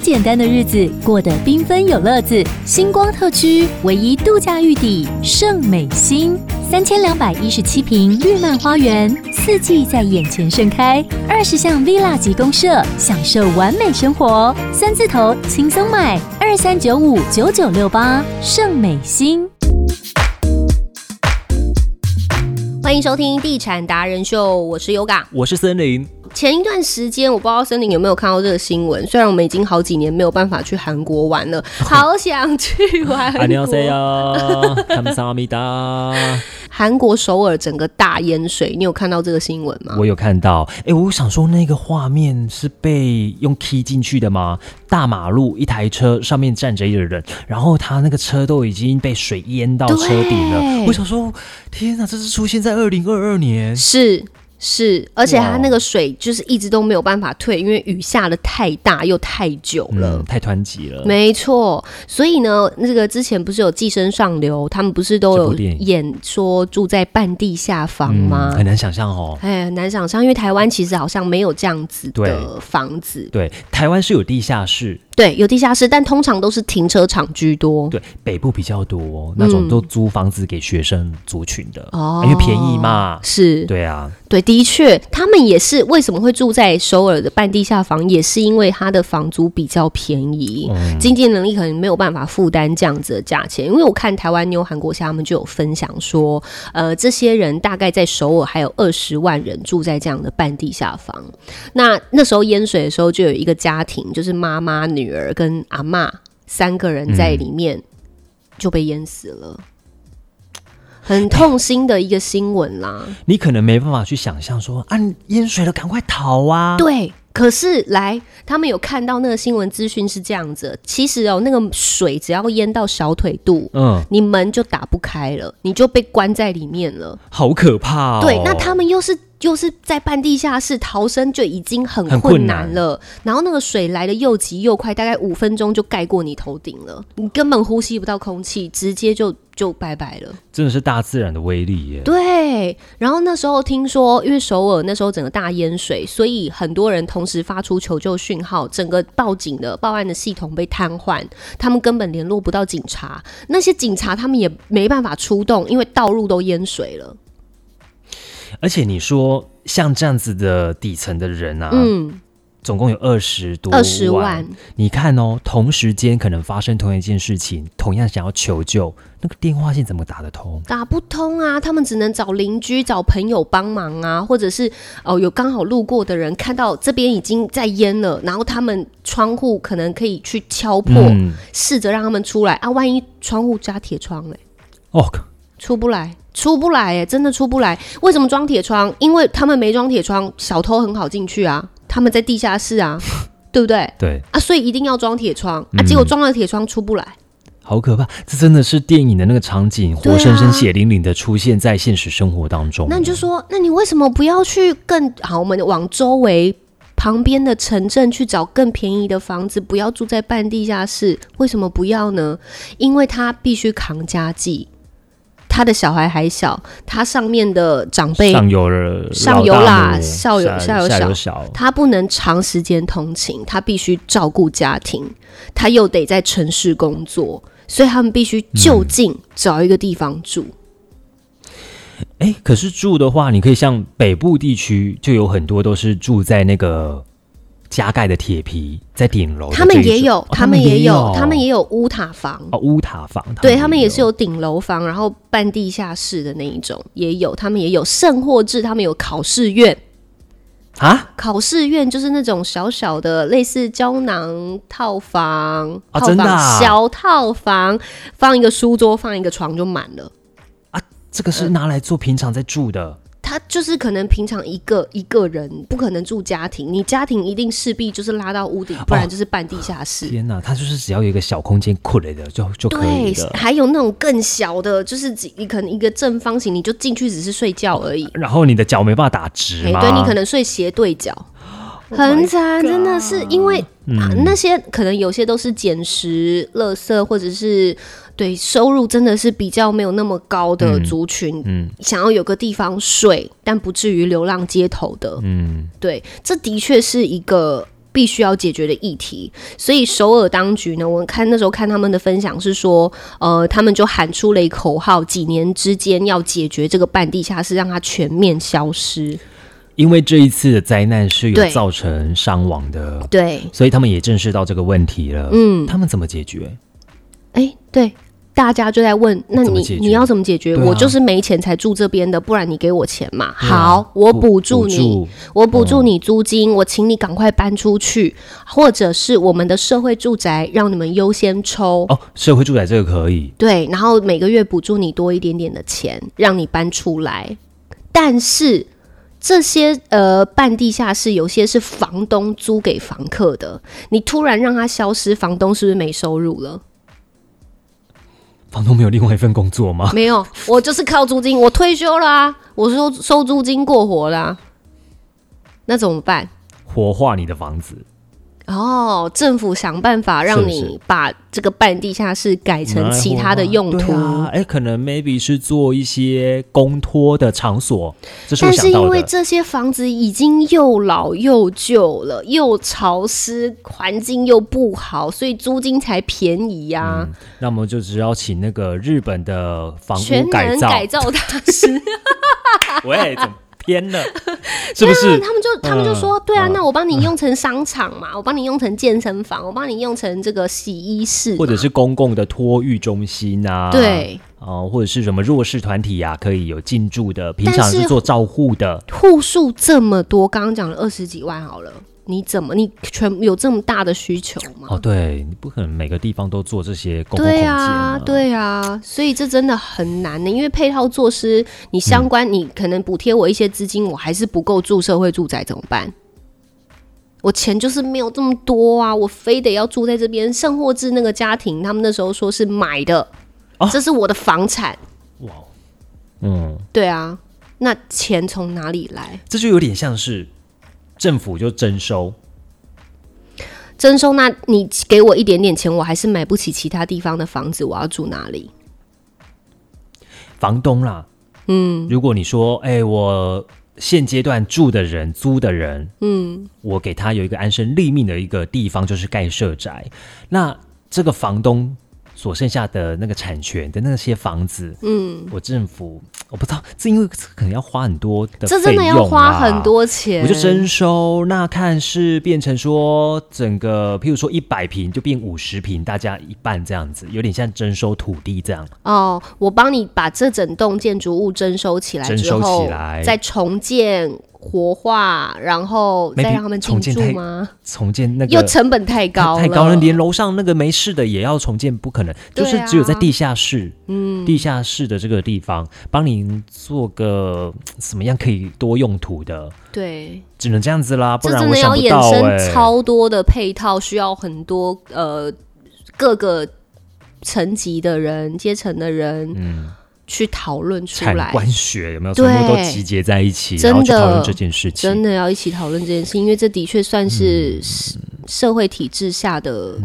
简单的日子过得缤纷有乐子。星光特区唯一度假御邸圣美心，三千两百一十七平绿漫花园，四季在眼前盛开。二十项 villa 级公社，享受完美生活。三字头轻松买，二三九五九九六八圣美心。欢迎收听《地产达人秀》，我是 Yoga。我是 森林，前一段时间，我不知道森林有没有看到这个新闻。虽然我们已经好几年没有办法去韩国玩 了，好想去玩 안녕하세 国。 요，감사합니다。 韩国首尔整个大淹水，你有看到这个新闻吗？我有看到，哎、我想说那个画面是被用 key 进去的吗？大马路一台车上面站着一个人，然后他那个车都已经被水淹到车底了对。我想说，天哪，这是出现在二零二二年。是是，而且它哇那个水就是一直都没有办法退，因为雨下的太大又太久了。嗯，太团结了。没错，所以呢，那个之前不是有《寄生上流》，他们不是都这部有电影演说住在半地下房嗯吗？很难想象哦。哎，很难想象，因为台湾其实好像没有这样子的对房子，对，台湾是有地下室，对，有地下室，但通常都是停车场居多。对，北部比较多，那种哦嗯都租房子给学生族群的，哦因为便宜嘛。是对啊，对，的确，他们也是为什么会住在首尔的半地下房，也是因为它的房租比较便宜，经济能力可能没有办法负担这样子的价钱。因为我看台湾妞韩国虾他们就有分享说，呃，这些人大概在首尔还有二十万人住在这样的半地下房。那那时候淹水的时候，就有一个家庭，就是妈妈、女儿跟阿嬷三个人在里面、就被淹死了。很痛心的一个新闻啦，你可能没办法去想象说啊，你淹水了，赶快逃啊！对，可是来，他们有看到那个新闻资讯是这样子，其实哦，那个水只要淹到小腿肚。嗯，你门就打不开了，你就被关在里面了。好可怕哦。对，那他们又是又是在半地下室逃生，就已经很很困困难难了。然后那个水来的又急又快，大概五分钟就盖过你头顶了，你根本呼吸不到空气，直接就就拜拜了。真的是大自然的威力耶。对，然后那时候听说，因为首尔那时候整个大淹水，所以很多人同时发出求救讯号，整个报警的报案的系统被瘫痪，他们根本联络不到警察，那些警察他们也没办法出动，因为道路都淹水了。而且你说像这样子的底层的人啊，嗯，总共有二十多二十万，你看哦，同时间可能发生同一件事情，同样想要求救，那个电话线怎么打得通？打不通啊，他们只能找邻居、找朋友帮忙啊，或者是哦、有刚好路过的人看到这边已经在淹了，然后他们窗户可能可以去敲破，嗯，试着让他们出来啊，万一窗户加铁窗嘞。哦，出不来，出不来、欸，真的出不来。为什么装铁窗？因为他们没装铁窗，小偷很好进去啊。他们在地下室啊，对不对？对，啊，所以一定要装铁窗啊。嗯结果装了铁窗出不来，好可怕！这真的是电影的那个场景，对啊活生生、血淋淋的出现在现实生活当中。那你就说，那你为什么不要去更好？我们往周围旁边的城镇去找更便宜的房子，不要住在半地下室。为什么不要呢？因为他必须扛家计。他的小孩还小，他上面的长辈上有了上有老啦大母下有下下有小有小，他不能长时间通勤，他必须照顾家庭，他又得在城市工作，所以他们必须就近嗯找一个地方住。哦哎，可是住的话，你可以像北部地区，就有很多都是住在那个加盖的铁皮，在顶楼的他们这一也种有，哦他他们也有，他们也有屋塔房。哦屋塔房，对他们也是有。有顶楼房，然后半地下室的那一种也有，他们也有甚或至他们有考试院，啊考试院就是那种小小的，类似胶囊套房、啊套真房、的啊小套房，放一个书桌，放一个床就满了。啊，这呃个是拿来做平常在住的，他就是可能平常一个一个人不可能住家庭，你家庭一定势必就是拉到屋顶，不然就是半地下室。天哪，它就是只要有一个小空间困了的就就可以对，的。还有那种更小的，就是只你可能一个正方形，你就进去只是睡觉而已。然后你的脚没办法打直哎、嘛，对你可能睡斜对角，很惨，真的是因为、嗯啊，那些可能有些都是捡拾、垃圾，或者是对收入真的是比较没有那么高的嗯族群，嗯想要有个地方睡，但不至于流浪街头的，嗯，对，这的确是一个必须要解决的议题。所以首尔当局呢，我看那时候看他们的分享是说，呃，他们就喊出了一口号，几年之间要解决这个半地下室，让它全面消失。因为这一次的灾难是有对造成伤亡的，对，所以他们也正视到这个问题了。嗯他们怎么解决？哎、对。大家就在问，那怎么你解决你要怎么解决？对啊我就是没钱才住这边的，不然你给我钱嘛。对啊好，我补助你，助嗯我补助你租金，我请你赶快搬出去，或者是我们的社会住宅让你们优先抽。哦，社会住宅这个可以，对，然后每个月补助你多一点点的钱，让你搬出来。但是这些呃半地下室有些是房东租给房客的，你突然让它消失，房东是不是没收入了？房东没有另外一份工作吗？ 没有，我就是靠租金，我退休了啊，我收收租金过活了啊、那怎么办？活化你的房子，哦，政府想办法让是不你把这个半地下室改成拿来其他的活化用途对，啊哎、可能 maybe 是做一些公托的场所，这是我但是想因到为的。这些房子已经又老又旧了，又潮湿，环境又不好，所以租金才便宜呀、啊。那我们就只要请那个日本的嗯房全屋改能造，改造大师， 喂，怎么 偏了？是不是？啊他们就他们就说，啊嗯对啊，嗯那我帮你用成商场嘛， 我帮你用成健身房，我帮你用成这个洗衣室嘛，或者是公共的托育中心啊？。对哦，或者是什么弱势团体啊，可以有进驻的，平但常是是做照护的，户数这么多，刚刚讲了二十几万好了，你怎么你全有这么大的需求吗？哦，对，你不可能每个地方都做这些公共空对间啊，对啊，所以这真的很难的，因为配套措施，你相关、嗯你可能补贴我一些资金，我还是不够住社会住宅怎么办？我钱就是没有这么多啊，我非得要住在这边。圣霍治那个家庭，他们那时候说是买的，哦这是我的房产，哇，哦嗯，对啊，那钱从哪里来？这就有点像是政府就征收，征收，那你给我一点点钱，我还是买不起其他地方的房子，我要住哪里？房东啦，嗯，如果你说，哎、我现阶段住的人、租的人，嗯，我给他有一个安身立命的一个地方，就是盖社宅。那这个房东所剩下的那个产权的那些房子，嗯，我政府我不知道，这因为这可能要花很多的、啊这真的要花很。多钱，我就征收，那看是变成说整个，譬如说一百平就变五十平，大家一半这样子，有点像征收土地这样。哦，我帮你把这整栋建筑物征收起来征之收起后，来再重建、活化，然后 Maybe 再让他们进重建住太吗？重建那个又成本太高太高了，连楼上那个没事的也要重建，不可能。就对是只有在啊地下室，嗯，地下室的这个地方，帮你做个嗯什么样可以多用途的，对，只能这样子啦，不这然真我的想要不衍到哎、生超多的配套，需要很多呃各个层级的人、阶层的人，去讨论出嗯产来。官学有没有全对部都集结在一起，然后去真的讨论这件事情？真的要一起讨论这件事，因为这的确算是社嗯社会体制下的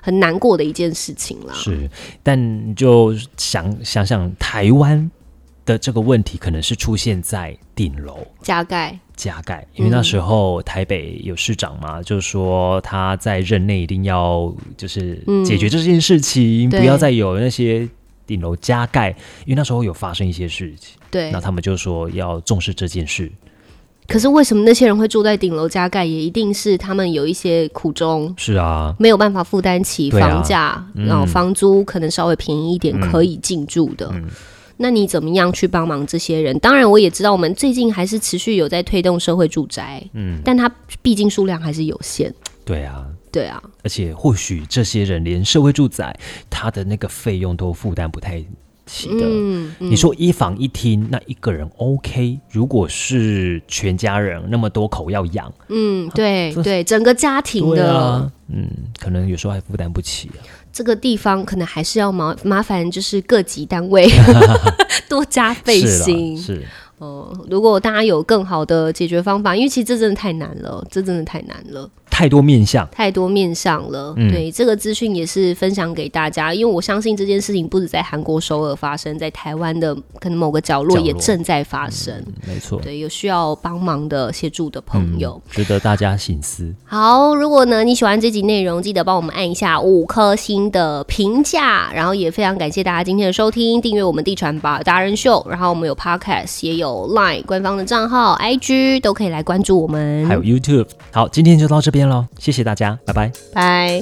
很难过的一件事情啦。是，但你就想想想台湾的这个问题，可能是出现在顶楼。加盖，加盖，因为那时候台北有市长嘛，就是说他在任内一定要就是解决这件事情，嗯对不要再有那些顶楼加盖，因为那时候有发生一些事情，对，那他们就说要重视这件事，可是为什么那些人会住在顶楼加盖？也一定是他们有一些苦衷，是啊，没有办法负担起对啊嗯房价，然后房租可能稍微便宜一点，可以进驻的。那你怎么样去帮忙这些人？当然，我也知道我们最近还是持续有在推动社会住宅，嗯，但它毕竟数量还是有限，对啊，对啊，而且或许这些人连社会住宅他的那个费用都负担不太起的。嗯，嗯你说一房一厅，那一个人 OK？如果是全家人那么多口要养，嗯，对啊这对，整个家庭对的、啊，嗯，可能有时候还负担不起、啊。这个地方，可能还是要麻麻烦，就是各级单 位 多加费是啦心，是嗯哦，如果大家有更好的解决方法，因为其实这真的太难了，这真的太难了。太多面向。太多面向了。嗯对，这个资讯也是分享给大家，因为我相信这件事情不止在韩国首尔发生，在台湾的可能某个角落角落嗯也正在发生。没错，嗯对，有需要帮忙的协助的朋友。值得大家醒思。好，如果呢你喜欢这集内容，记得帮我们按一下五颗星的评价，然后也非常感谢大家今天的收听，订阅我们地产吧达人秀，然后我们有 Podcast，也有 Line 官方的账号、IG 都可以来关注我们还。有 YouTube，好，今天就到这边喽，谢谢大家，拜拜。拜。